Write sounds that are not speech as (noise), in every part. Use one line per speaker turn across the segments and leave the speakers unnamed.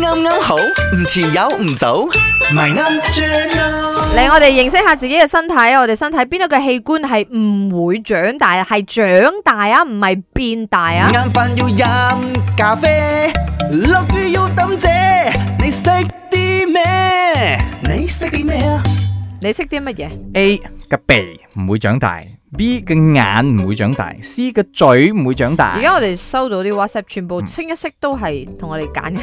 啱啱好，唔遲有唔早，咪啱 channel。
嚟，我哋認識下自己嘅身體，我哋身體邊一個器官係唔會長大啊？係長大啊，唔係變大啊！
嗯
晏飯要飲咖啡，落雨要抌遮，你識啲咩？你識啲咩啊？
你識啲乜嘢？
A 嘅鼻唔會長大，B 嘅眼唔會長大，C 嘅嘴唔會長大
而，家我哋收到啲 WhatsApp，全
嗯
部清一色都係同我哋揀嘅。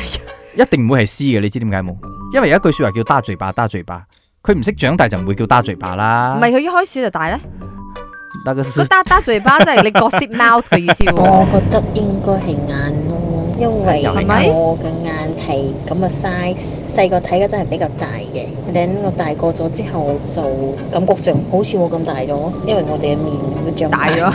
一定唔會係 C 嘅，你知點解冇？因為有一句說話叫打嘴巴，打嘴巴，佢唔識長大就唔會叫打嘴巴啦。
(laughs) 唔係佢一開始就大
(laughs)
咧，
那個
個
是
嗒嗒嘴巴即係你 gossip mouth 嘅意思
(laughs) 哦
我
喎。
覺得應該係眼咯，因為
又係
眼
我嘅眼係咁嘅 size，細個睇嘅真係比較大嘅。等我大個咗之後就感覺上好似冇咁大咗，因為我哋嘅面會長
大
大，眼
咗，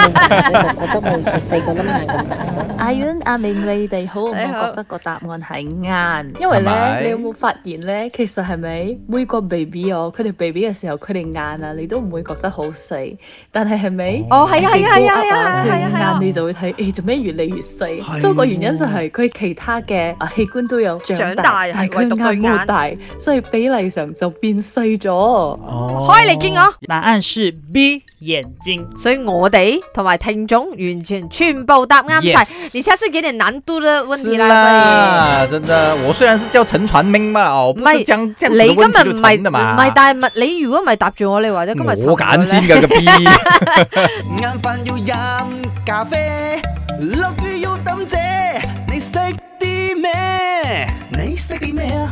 (laughs)
會大，所以就覺得冇似細個粒眼咁大咯。
阿遠、阿明，你哋好，我
你好
覺得個答案係啱，因為
係
咧，
咪
你有冇發現咧？其實係咪每個 baby 哦，佢哋 baby 嘅時候，佢哋眼啊，你都唔會覺得好細，但係係咪？
哦係啊係啊係啊
(laughs)
係啊
佢
係
哋
啊係啊
眼你就會睇，誒做咩越嚟越細？
係
所以個原因就係佢其他嘅啊器官都有
長
長
大
大，
係
但
唯
係
獨
佢眼
對眼
冇大，所以比例上就變細咗。
哦
開嚟見我。
答案是 B 眼睛。
所以我哋同埋聽眾完全全部答啱晒。
Yes
你下次給點難度的問
是
題啦。
啦，真的，我雖然是叫陳傳明嘛，我不
咪
是將這樣子的
你今日
問題
唔
就
係
陳的
唔
嘛。
係，但係你如果唔係答住我，你或者今日
我揀先㗎個 B，
晏飯要飲咖啡，落雨要抌遮，你識啲咩？你識啲咩啊？